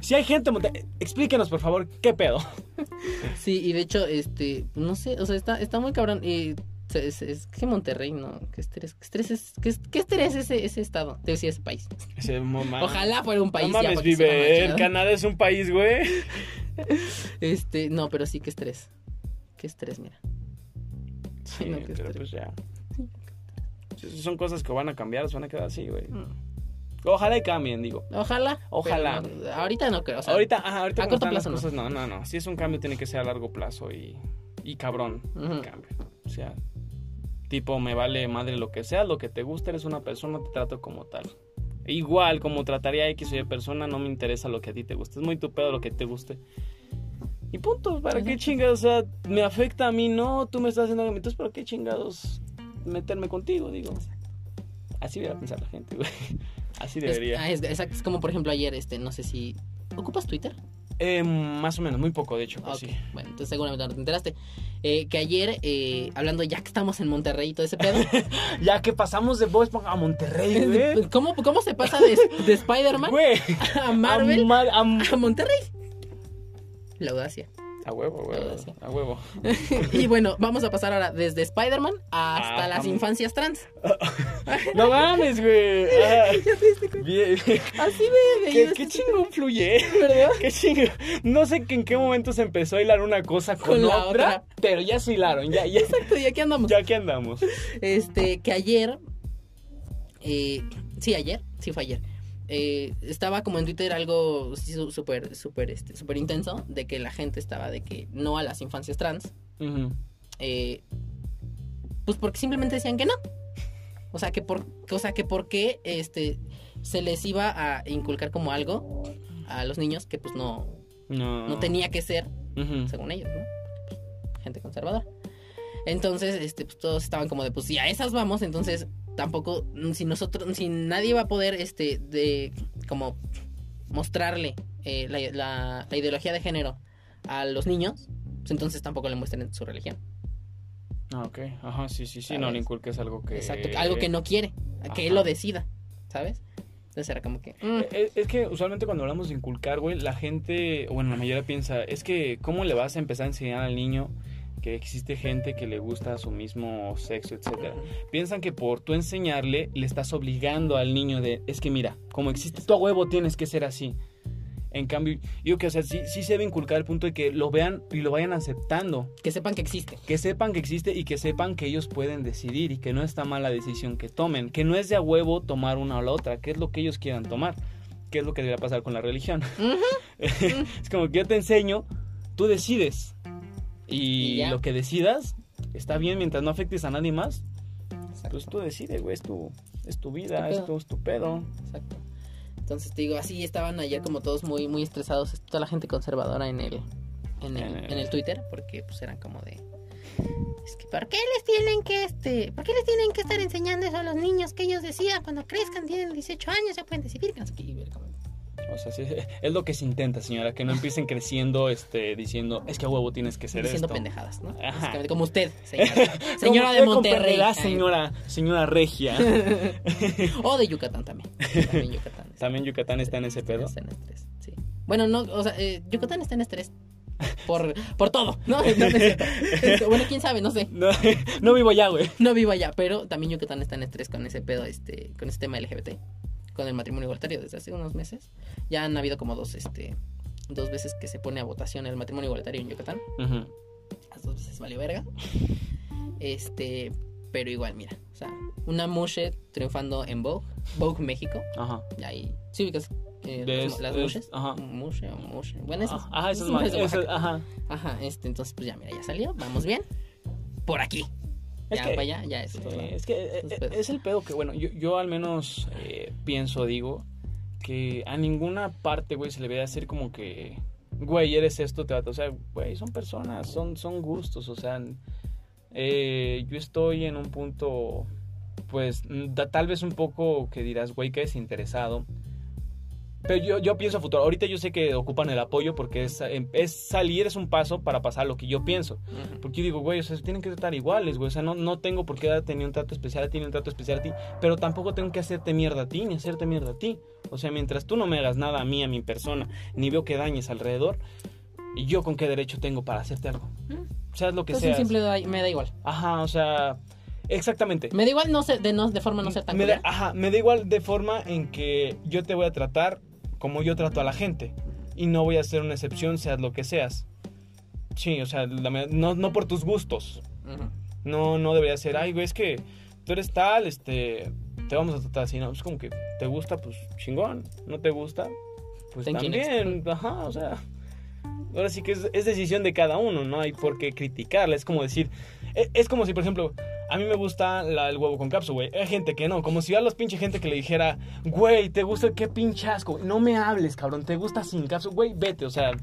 si hay gente en Monterrey, explíquenos, por favor, ¿qué pedo? Sí, y de hecho, este, no sé, o sea, está, está muy cabrón. Y se- se- es, que Monterrey, no, qué estrés, qué estrés es, qué, es- qué estrés es ese, ese estado, te decía ese país. Ese mamá- Ojalá fuera un país. Ah, No ya, mames, para que sea más vive. El chido. Canadá es un país, güey. Este, no, pero sí, qué estrés. Qué estrés, mira. Sí, no, qué pero estrés. pues ya. Son cosas que van a cambiar, se van a quedar así, güey. Mm. Ojalá y cambien, digo. Ojalá. pero Ojalá. no, ahorita no creo. o sea, ahorita, ajá, ahorita a como corto están las plazo no. cosas, no. no, no, Si es un cambio, tiene que ser a largo plazo y, y cabrón. Ujú. Cambio. O sea, tipo, me vale madre lo que sea, lo que te gusta, eres una persona, te trato como tal. E Igual, como trataría a X o Y persona, no me interesa lo que a ti te guste. Es muy tu pedo lo que te guste. Y punto, ¿para qué Exacto. chingados? O sea, me afecta a mí, no, tú me estás haciendo algo. Entonces, ¿para qué chingados meterme contigo? Digo, así debería pensar la gente, güey. Así Es- debería. ah, es- exacto, es como por ejemplo ayer, este, no sé si. ¿Ocupas Twitter? Eh, más o menos, muy poco, de hecho, Ah, pues ok. sí. Bueno, entonces seguramente no te enteraste. Eh, que ayer, eh, hablando ya que estamos en Monterrey y todo ese pedo, Ya que pasamos de Bob Esponja a Monterrey, güey. pues, ¿cómo, ¿cómo se pasa de, de Spider-Man Güey. a A, Marvel Mar- a m- a Monterrey? La audacia. a huevo, a huevo. Todo eso. A huevo. Y bueno, vamos a pasar ahora desde Spider-Man hasta Ah, las vamos. infancias trans. No mames, güey. Ah, bien. Así de. de ¿Qué, de- qué chingón fluye. ¿Verdad? Qué chingón. No sé que en qué momento se empezó a hilar una cosa con, Con la otra, otra. pero ya se hilaron. Ya, ya, Exacto, y aquí andamos. ya que andamos. Este, que ayer. eh, sí, ayer. Sí, fue ayer. eh, estaba como en Twitter algo sí, su- súper, súper, este, súper intenso. De que la gente estaba de que no a las infancias trans. Ujú. eh, pues porque simplemente decían que no. O sea, que por, o sea, que por qué este, se les iba a inculcar como algo a los niños que pues no, No. no tenía que ser Ujú. según ellos, ¿no? pues, Gente conservadora. Entonces, este, pues, todos estaban como de, pues si a esas vamos, entonces tampoco, mm, si nosotros, si nadie va a poder, este, de, como, mostrarle eh, la, la- la ideología de género a los niños, pues entonces tampoco le muestren su religión. Ah, ok. Ajá, sí, sí, sí. No ¿Sabes? le inculques algo que. Exacto, algo que no quiere, a que Ajá. él lo decida, ¿sabes? Entonces era como que, mm, Eh, Es, es que usualmente cuando hablamos de inculcar, güey, la gente, o bueno, la mayoría piensa, es que ¿cómo le vas a empezar a enseñar al niño que existe gente que le gusta a su mismo sexo, etcétera? Piensan que por tú enseñarle, le estás obligando al niño de, es que mira, como existe tu huevo, tienes que ser así. En cambio, yo que, o sea, sí, sí se debe inculcar el punto de que lo vean y lo vayan aceptando. que sepan que existe. Que sepan que existe y que sepan que ellos pueden decidir y que no está mala decisión que tomen. Que no es de a huevo tomar una o la otra, que es lo que ellos quieran tomar. Que es lo que debería pasar con la religión. Ujú. es como que yo te enseño, tú decides. Y Y, ya. lo que decidas está bien mientras no afectes a nadie más. Exacto. Pues tú decides, güey, es tu, es tu vida, Es tu es tu, es tu pedo. Exacto. Entonces te digo, así estaban ayer como todos muy, muy estresados, toda la gente conservadora en el, en el, En el- en el Twitter, porque pues eran como de. Es que ¿por qué les tienen que este? ¿Por qué les tienen que estar enseñando eso a los niños que ellos decían cuando crezcan, tienen 18 años, ya pueden decidir que no sé qué?" Y era como, pues, O sea, sí, es lo que se intenta, señora, que no empiecen creciendo este, diciendo, es que a huevo tienes que ser diciendo esto. pendejadas, ¿no? Ajá. Básicamente, Como usted, señora. ¿Cómo Señora de usted Monterrey. comprenderá, Ay, señora, señora regia. O de Yucatán también. También Yucatán. es- También Yucatán está en ese pedo. Está en estrés, sí. Bueno, no, o sea, eh, Yucatán está en estrés. Por, por todo, ¿no? No, no es cierto. Este, bueno, quién sabe, no sé. No, no vivo allá, güey. No vivo allá, pero también Yucatán está en estrés con ese pedo, este, con ese tema LGBT, con el matrimonio igualitario desde hace unos meses. Ya han habido como dos, este, dos veces que se pone a votación el matrimonio igualitario en Yucatán. Ujú. Las dos veces valió verga. Este, pero igual, mira, o sea, una mushe triunfando en Vogue, Vogue México. Ajá. Y ahí, sí ubicas eh, De las- es- las es- mushes. ajá. Mushe o mushe. Bueno, esas. Ajá, Ah, eso es esas más. mujeres de eso es- Oaxaca. ajá. Ajá, este, entonces pues ya, mira, ya salió, vamos bien. Por aquí. Es ya que- para allá, ya es. Sí, otro lado. es que eh, Esos eh, pedos. es el pedo que, bueno, yo, yo al menos eh, pienso, digo, que a ninguna parte, güey, se le debe hacer como que, güey, eres esto, te va a... O sea, güey, son personas, son, son gustos, o sea, eh, yo estoy en un punto, pues, mm, da- tal vez un poco que dirás, güey, que desinteresado. Pero yo, yo pienso a futuro. Ahorita yo sé que ocupan el apoyo porque es, eh, es salir, es un paso para pasar lo que yo pienso. Ujú. Porque yo digo, güey, o sea, tienen que tratar iguales, güey. O sea, no, no tengo por qué darte ni un trato especial a ti, ni un trato especial a ti. Pero tampoco tengo que hacerte mierda a ti, ni hacerte mierda a ti. O sea, mientras tú no me hagas nada a mí, a mi persona, ni veo que dañes alrededor, ¿y yo con qué derecho tengo para hacerte algo? Mm. Seas lo que Entonces, en seas. simple da- me da igual. Ajá, o sea, exactamente. Me da igual no ser, de, no, de forma no ser tan Me da, culera. ajá, me da igual de forma en que yo te voy a tratar como yo trato a la gente. Y no voy a hacer una excepción, seas lo que seas. Sí, o sea, la me- no, no por tus gustos. Ujú. No, no debería ser, ay, güey, es que tú eres tal, este, te vamos a tratar así, no, es como que te gusta, pues chingón, no te gusta, pues Thank you, también, ajá, o sea, ahora sí que es, es decisión de cada uno, no hay por qué criticarla, es como decir, e- es, como si, por ejemplo, a mí me gusta la- el huevo con capsu, güey, hay gente que no, como si a los pinche gente que le dijera, güey, te gusta, qué pinche asco, güey, no me hables, cabrón, te gusta sin capsu, güey, vete, o sea,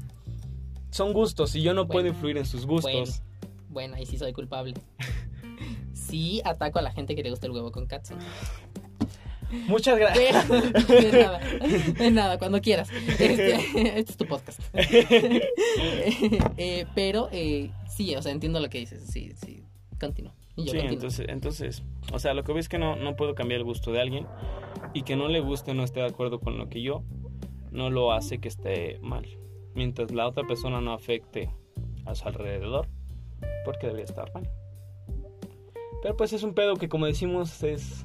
son gustos y yo no puedo Bueno. influir en sus gustos. Bueno, bueno, ahí sí soy culpable. Sí ataco a la gente que le gusta el huevo con katsu. Muchas gracias. Pero, de nada, de nada, cuando quieras. Este, este es tu podcast. Eh, pero eh, sí, o sea, entiendo lo que dices. Sí, sí, continúa. Y yo Sí, continúo. entonces, entonces, o sea, lo que veo es que no, no puedo cambiar el gusto de alguien y que no le guste, no esté de acuerdo con lo que yo, no lo hace que esté mal. Mientras la otra persona no afecte a su alrededor, porque debería estar mal. Pero pues es un pedo que como decimos es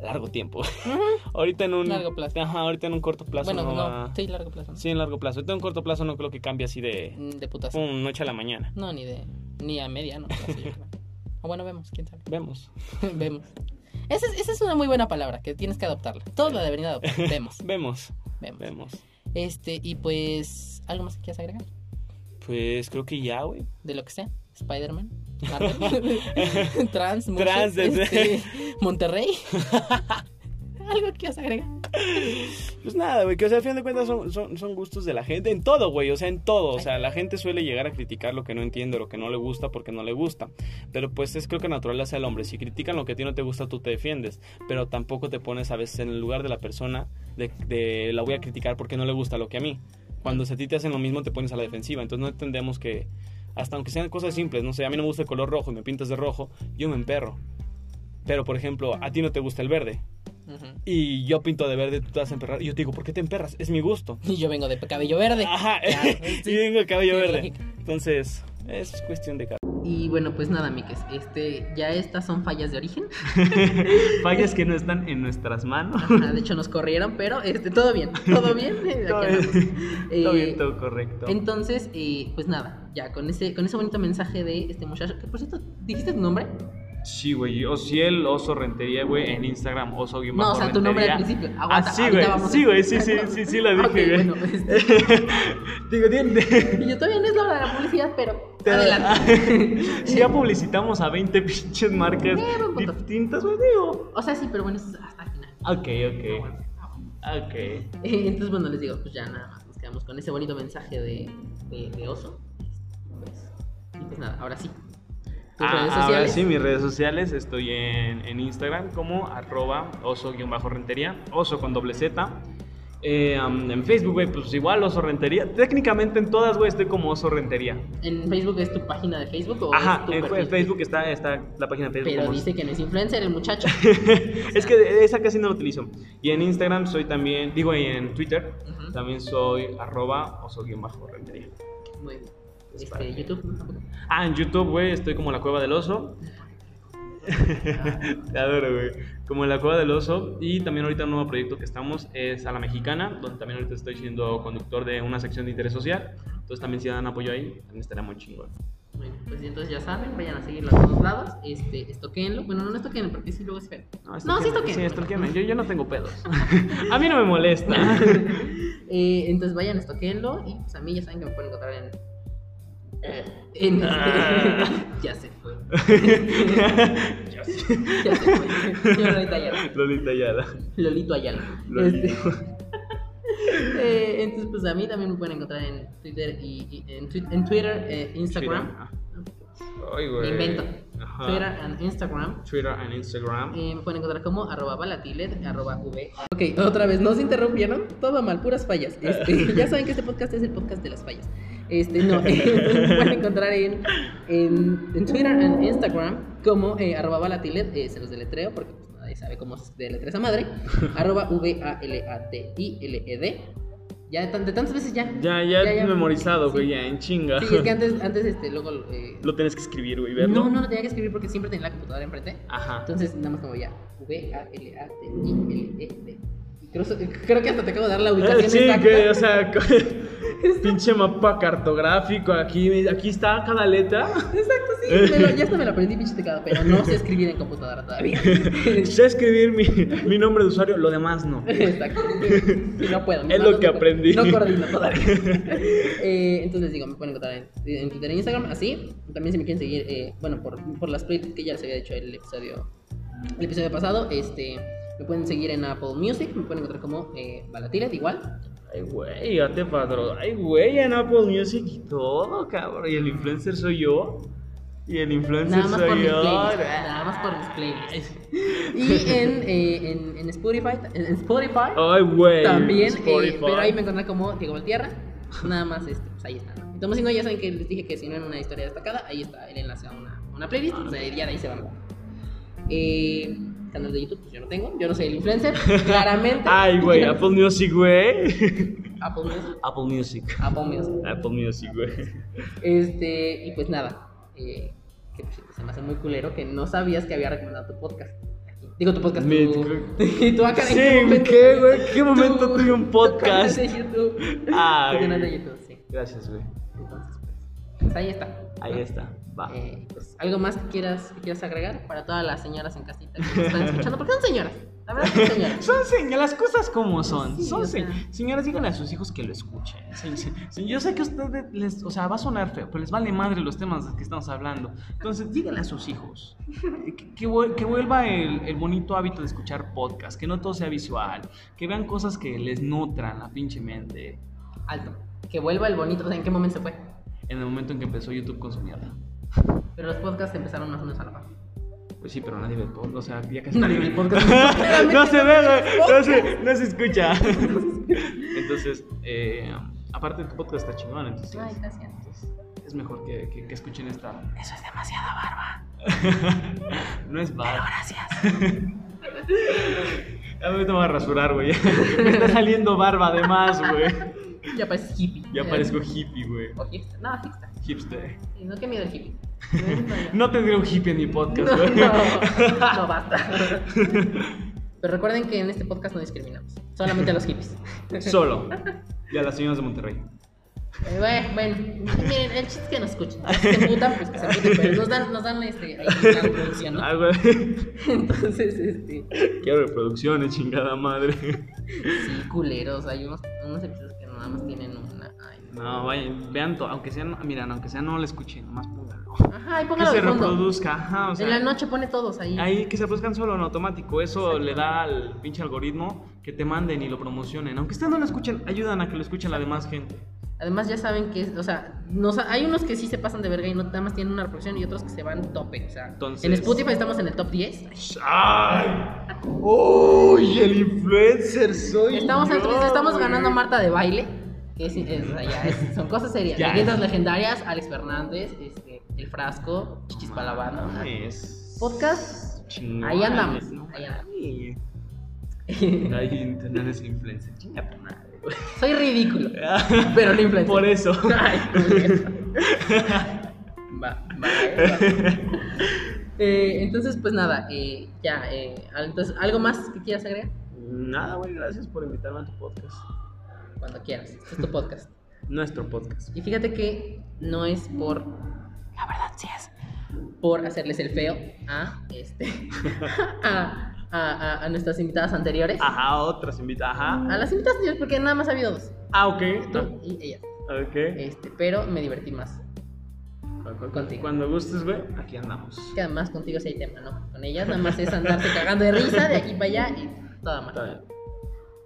largo tiempo. ahorita en un Largo plazo. Ajá, ahorita en un corto plazo bueno, no, no, va- sí, largo plazo. ¿no? Sí, en largo plazo. Ahorita en un corto plazo no creo que cambie así de Mm, De putazo. pum, noche a la mañana. No, ni de. Ni a mediano plazo, yo creo. O bueno, vemos, quién sabe. Vemos. vemos. Esa es, esa es una muy buena palabra que tienes que adoptarla. Todos la deberían adoptar. Vemos, Vemos. vemos. Vemos. Este, y pues, ¿algo más que quieras agregar? Pues creo que ya, güey. De lo que sea. Spider-Man. Marvel, Trans, Mushes, Trans, desde- este, Monterrey. algo que os agregar. Pues nada, güey, que o sea, al final de cuentas son, son, son gustos de la gente en todo, güey, o sea, en todo. O sea, la gente suele llegar a criticar lo que no entiende, lo que no le gusta, porque no le gusta. Pero pues es creo que natural hacia el hombre. Si critican lo que a ti no te gusta, tú te defiendes. Pero tampoco te pones a veces en el lugar de la persona de, de la voy a criticar porque no le gusta lo que a mí. Cuando si a ti te hacen lo mismo, te pones a la defensiva. Entonces no entendemos que, hasta aunque sean cosas simples, no sé, a mí no me gusta el color rojo y me pintas de rojo, yo me emperro. Pero, por ejemplo, a ti no te gusta el verde. Ujú. Y yo pinto de verde, tú te vas a emperrar. Y yo te digo, ¿por qué te emperras? Es mi gusto. Y yo vengo de cabello verde. Ajá, Claro, este, sí. y tengo el Ah, cabello Tiene verde. lógica. Entonces, es cuestión de cada. Y bueno, pues nada, Mikes, este, ya estas son fallas de origen. Fallas que no están en nuestras manos. Ajá, de hecho nos corrieron, pero este, todo bien, todo bien. eh, aquí andamos. Eh, correcto. Entonces, eh, pues nada, ya con ese, con ese bonito mensaje de este muchacho, que por cierto, ¿dijiste tu nombre? Sí, güey. Ociel Oso Rentería, güey, en Instagram, oso guión No, bajo o sea, tu nombre Rentería. al principio. Ah, Aguanta, sí, ahorita güey. vamos a- Sí, güey, sí, sí, sí, sí, lo Ok, dije, güey. bueno, este, Digo, tiene. y yo todavía no es la hora de la publicidad, pero Te- adelante. si ya publicitamos a 20 pinches marcas Eh, buen punto. distintas, güey, digo. o sea, sí, pero bueno, eso es hasta el final. Ah, Ok, ok. Aguanta, aguanta. Ah, Ok. Eh, Entonces, bueno, les digo, pues ya nada más nos quedamos con ese bonito mensaje de, de, de oso. Pues, y pues nada, ahora sí. Tus Ah, redes Ahora sociales. sí, mis redes sociales. Estoy en, en Instagram como arroba oso-rentería, oso con doble Z. Eh, um, en Facebook, güey, pues igual oso rentería. Técnicamente en todas, güey, estoy como oso rentería. ¿En Facebook es tu página de Facebook o Ajá, es tu en perfil? en Facebook está, está la página de Facebook. Pero como- dice que no es influencer el muchacho. es que esa casi no la utilizo. Y en Instagram soy también, digo, y en Twitter Ujú. también soy arroba oso-rentería. Muy bien. Es para Este, que- YouTube. Ah, en YouTube, güey, estoy como la cueva del oso. Te adoro, güey. Como en la cueva del oso. Y también ahorita un nuevo proyecto que estamos es a la mexicana, donde también ahorita estoy siendo conductor de una sección de interés social. Entonces también si dan apoyo ahí, también estaría muy chingón. Bueno, pues entonces ya saben, vayan a seguirlo a todos lados. Este, estoquenlo. Bueno, no, no estoquenlo porque sí luego es feo. No, sí esto estoquenlo. Sí, estoquéenme. Yo, yo no tengo pedos. a mí no me molesta. Eh, entonces vayan, estoquenlo y pues a mí ya saben que me pueden encontrar en... En Ah. este... ya se fue. ya se fue. Yo Lolita Ayala. Lolita Yala. Lolito Ayala. Este, Lolito. eh, entonces pues a mí también me pueden encontrar en Twitter y... y- en, Twi- en Twitter, eh, Instagram. Ay, Me güey. invento. Ajá. Twitter and Instagram. Twitter and Instagram. Eh, me pueden encontrar como arroba balatilet, arroba v. Ok, otra vez, no se interrumpieron. Todo mal, puras fallas. Este, ya saben que este podcast es el podcast de las fallas. Este, no, me pueden encontrar en, en, en Twitter, en Instagram, como eh, arroba balatilet, eh, se los deletreo porque pues, nadie sabe cómo se deletrea esa madre. Arroba V-A-L-A-T-I-L-E-D. Ya de, tan- de tantas veces ya. Ya, ya, Ya, ya. memorizado, güey, Sí. ya, en chinga. Sí, es que antes, antes este, luego... eh, Lo tienes que escribir, güey, verlo. no, no lo tenía que escribir porque siempre tenía la computadora enfrente. Ajá. Entonces, nada más como ya. V-A-L-A-T-I-L-E-D. Y Creo, E, creo que hasta te acabo de dar la Eh, ubicación. sí, exacta. que, o sea, co- pinche mapa cartográfico, aquí, aquí está cada letra. Exacto, sí. me lo- ya hasta me la aprendí, pinche teclado, pero no sé escribir en computadora todavía. Sé escribir mi, mi nombre de usuario, lo demás no. Exacto. Sí, no puedo. mis Es lo manos que no co- aprendí. No coordino todavía. Eh, entonces, digo, me pueden encontrar en, en Twitter e Instagram, así. También si me quieren seguir, eh, bueno, por, por las playlists que ya les había dicho el episodio, el episodio pasado, este, me pueden seguir en Apple Music, me pueden encontrar como eh, Balatilet, igual. Ay, güey, ya te padro. Ay, güey, en Apple Music y todo, cabrón. Y el influencer soy yo. Y el influencer Nada más por soy mis yo. playlists. Nada más por mis playlists. Y en, eh, en, en Spotify, en en Spotify Ay, güey. también, eh, Spotify. pero ahí me encontré como Diego Valtierra. Nada más, este, pues ahí está. ¿no? Entonces, si no, ya saben que les dije que si no en una historia destacada, ahí está el enlace a una, a una playlist. O sea, ya de ahí se van. Eh, canal de YouTube, pues yo no tengo. Yo no soy el influencer, claramente. Ay, güey, Apple Music, güey. Apple Music. Apple Music. Apple Music. Apple Music, güey. Este, y pues nada, eh, que pues, se me hace muy culero que no sabías que había recomendado tu podcast. Digo tu podcast. Mi- tu, y tú acá Sí, ¿qué, güey? ¿Qué momento tuve un podcast? Tu canal de YouTube. Ay. Tu canal de YouTube, sí. Gracias, güey. Entonces, pues, pues ahí está. Ahí está. Va. Eh, pues, ¿Algo más que quieras, que quieras agregar para todas las señoras en casita que nos están escuchando? ¿Por qué son señoras? La verdad sí, señora. Son señas, las cosas como son. Sí, son o se- sea. Señoras, díganle a sus hijos que lo escuchen. Sí, sí, sí, yo sé que a ustedes les, o sea, va a sonar feo, pero les vale madre los temas de los que estamos hablando. Entonces, díganle a sus hijos eh, que, que vuel- que vuelva el, el bonito hábito de escuchar podcast, que no todo sea visual, que vean cosas que les nutran la pinche mente. Alto. Que vuelva el bonito. ¿En qué momento se fue? En el momento en que empezó YouTube con su mierda. Pero los podcasts empezaron más o menos a la par. Pues sí, pero nadie ve el podcast. O sea, ya casi Nadie ve el podcast. no se ve, güey, Claramente no se, no se escucha. Entonces, eh, aparte tu podcast está chingón, entonces Ay, gracias. es mejor que, que- que escuchen esta. Eso es demasiada barba. No es barba. Gracias. A mí me voy a rasurar, güey. Me está saliendo barba además, güey. Ya pareces hippie. Ya parezco hippie, güey. O hipster. No, hipster. Hipster. Sí, no, qué miedo el hippie. No, No tendré un hippie en mi podcast, no, güey. no, no, basta. Pero recuerden que en este podcast no discriminamos. Solamente a los hippies. Solo. Y a las señoras de Monterrey. Eh, Bueno, bueno, miren, el chiste es que nos escuchan. Los que se emputan, pues que se emputen, pero nos dan, nos dan este, ahí la producción, ¿no? Ah, güey. Entonces, este, Quiero reproducciones, chingada madre. sí, culeros, hay unos, unos episodios que nada más tienen una. Ay, no. No, vayan, vean todo, aunque sean, miren, aunque sea no lo escuchen, nomás pónganlo. Ajá, y Que póngalo se de fondo. reproduzca, ajá, o en la sea, noche pone todos ahí. ahí que se reproduzcan solo en automático, eso Exacto. le da al pinche algoritmo que te manden y lo promocionen. Aunque ustedes no lo escuchen, ayudan a que lo escuchen la demás gente. Además, ya saben que, es- o sea, nos, hay unos que sí se pasan de verga y no nada más tienen una reproducción y otros que se van tope. O sea, Entonces- en Spotify estamos en el top 10. ¡Ay! ¡Uy! El influencer soy Estamos, yo, en- estamos güey. ganando a Marta de baile. Que es- es- o sea, ya es- son cosas serias. Ya. Leyendas legendarias, Alex Fernández, este, El Frasco, Chichis Palabano. o sea, Es- Podcast, Chingón, ahí andamos, ¿no? ahí andamos. Ay, Ahí tener ese influencer. Chinga tu madre, güey. Soy ridículo, pero no influencer. Por eso. Ay, culero. Va, va, va. Eh, entonces, pues nada, eh, ya. eh, al- entonces, ¿algo más que quieras agregar? Nada, güey, gracias por invitarme a tu podcast. Cuando quieras. Este es tu podcast. Nuestro podcast. Y fíjate que no es por. La verdad, sí es. Por hacerles el feo a este. a, a- a- a nuestras invitadas anteriores. Ajá, otras invitadas. Ajá. A las invitadas anteriores, porque nada más ha habido dos. Ah, ok. Tú y ella. Ah, ok. Este, pero me divertí más. Cu- cu- Contigo. Cuando gustes, güey, aquí andamos. Que además contigo sí hay tema, ¿no? Con ellas nada más es andarse cagando de risa de aquí para allá y toda Está mal. bien.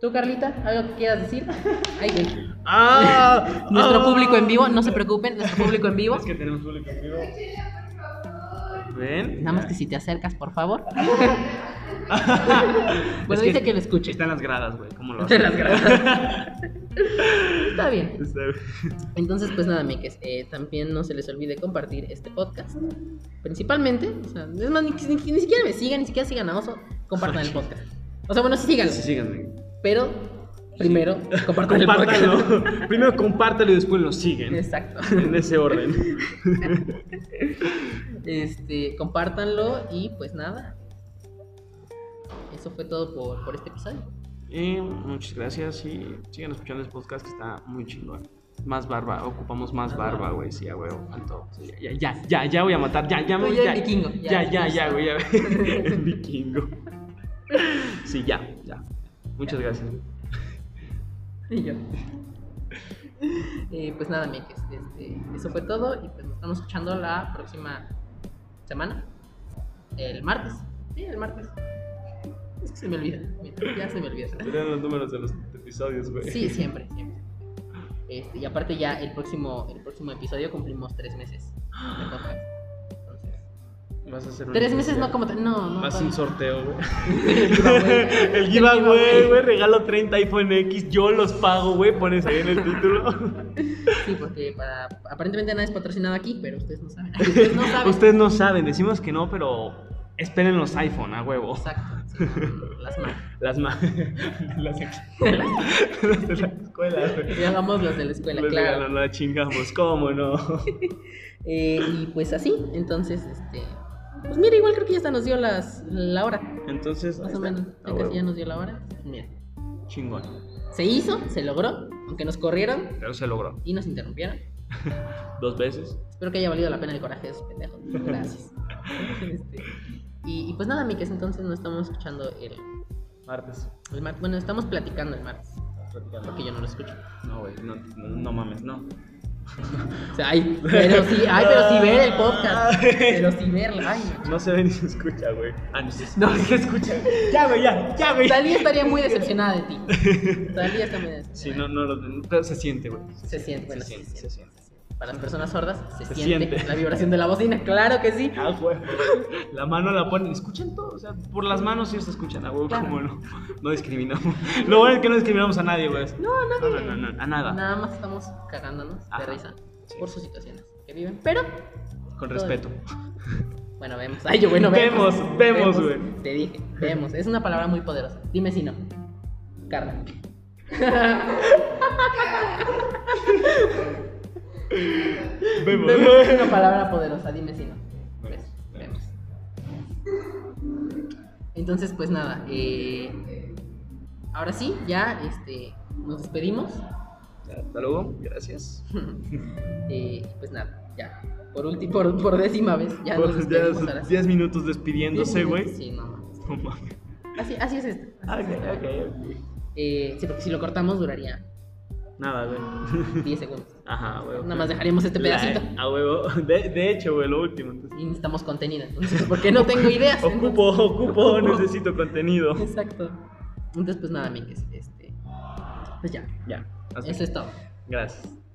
¿Tú, Carlita, algo que quieras decir? Ay, güey. ¡Ah! Nuestro ¡Ah! público en vivo, no se preocupen, nuestro público en vivo. Es que tenemos público en vivo. Ven. Nada más que si te acercas, por favor. Bueno, dice que lo escuche. Está en las gradas, güey. ¿Cómo lo Te las haces? grabas. Está bien. Está bien. Entonces, pues nada, Mikes, eh, también no se les olvide compartir este podcast. Principalmente, o sea, es más, ni, ni- ni siquiera me sigan, ni siquiera sigan a Oso, compartan el podcast. O sea, bueno, sí síganlo, Sí, síganme. pero primero compartan el podcast. Compártanlo. Primero compártelo y después lo siguen. Exacto. En ese orden. Este, compártanlo y pues nada. Eso fue todo por, por este episodio. Y muchas gracias y sigan escuchando este podcast que está muy chingón. Más barba, ocupamos más barba, güey, sí, a huevo, faltó. Sí, ya, ya, ya, ya voy a matar, ya, ya, Tú me- ya ya, el vikingo, ya, ya, ya, ya, listo. güey, ya, el vikingo. Sí, ya, ya. Muchas gracias. Y yo. Eh, pues nada, Mikes, este, eso fue todo y pues nos estamos escuchando la próxima semana. El martes. Sí, el martes. Es que se me olvida. mira, ya se me olvida. Tienen los números de los episodios, güey. Sí, siempre, siempre. Este, y aparte ya el próximo, el próximo episodio cumplimos tres meses. de podcast. Entonces, Vas a hacer un Tres meses no especial. como... t- No, no. Vas a todavía. un sorteo, güey. El giveaway. El giveaway, güey, regalo 30 iPhone X, yo los pago, güey, pones ahí en el título. Sí, porque para... aparentemente nadie es patrocinado aquí, pero ustedes no saben. Ustedes no saben. Ustedes no saben, decimos que no, pero esperen los iPhone, a huevo. Exacto. sí, no, no, no, las manos. Las más. las ex- las de la escuela, güey. Ya vamos los de la escuela, Les claro. regalan, la chingamos, ¿cómo no? Eh, y pues así, entonces, este. Pues mira, igual creo que ya hasta nos dio las, la hora, Entonces, ahí más o está, menos. a Ya casi ya huevo. nos dio la hora. Mira, Chingón, se hizo, se logró, aunque nos corrieron pero se logró. y nos interrumpieron. Dos veces. Espero que haya valido la pena el coraje de esos pendejos. Gracias. Este, y, y pues nada, Mikes, entonces nos estamos escuchando el Martes. El mar- Bueno, estamos platicando el martes. Platicando. Porque yo no lo escucho. No, güey, no, no, no mames, no. O sea, ay, pero sí, ay, pero sí ver el podcast. Pero sí verla, ay. no. No se ve ni se escucha, güey. Ah, no, sí, no, sí se escucha. Ya, güey, ya, ya, güey. Talía estaría muy decepcionada de ti. Talía está muy decepcionada. Sí, no, no, lo- pero se siente, güey. Se siente, bueno, se sí, siente, se se siente. Para las personas sordas, se, Se siente, siente. la vibración de la bocina, claro que sí. Ah, güey. La mano la ponen, escuchan todo, o sea, por las manos sí se escuchan, ah, güey, Claro. como no, no discriminamos. Lo bueno es que no discriminamos a nadie, güey. No, a nadie. No, no, no, no, a nada. Nada más estamos cagándonos de Ajá. risa Sí. por sus situaciones que viven. Pero, Con respeto. bueno, vemos. Ay, yo, bueno, vemos. Vemos, vemos, güey. Te dije, vemos. Es una palabra muy poderosa. Dime si no. Carla. Vemos. Vemos es una palabra poderosa, dime si no. Pues, vemos. Entonces, pues nada, eh, ahora sí, ya este, nos despedimos. Hasta luego, gracias. Eh, pues nada, ya. Por, ulti- por, por décima vez, ya nos Por despedimos Pues ya ahora sí. 10 minutos Diez despidiéndose, minutos, güey. Sí, no, mames. No mames. Así, así es esto. Ah, Ok, ok, Eh, sí, porque si lo cortamos duraría ok. Nada, güey. 10 segundos. Ajá, güey. Nada más dejaríamos este La- e. pedacito. A huevo. De, de hecho, güey, lo último. entonces. Y necesitamos contenido, entonces, porque no tengo ideas. Ocupo, entonces- ocupo, necesito contenido. Exacto. Entonces, pues nada, amigues, este. Pues ya, Ya. hasta eso es todo. Gracias.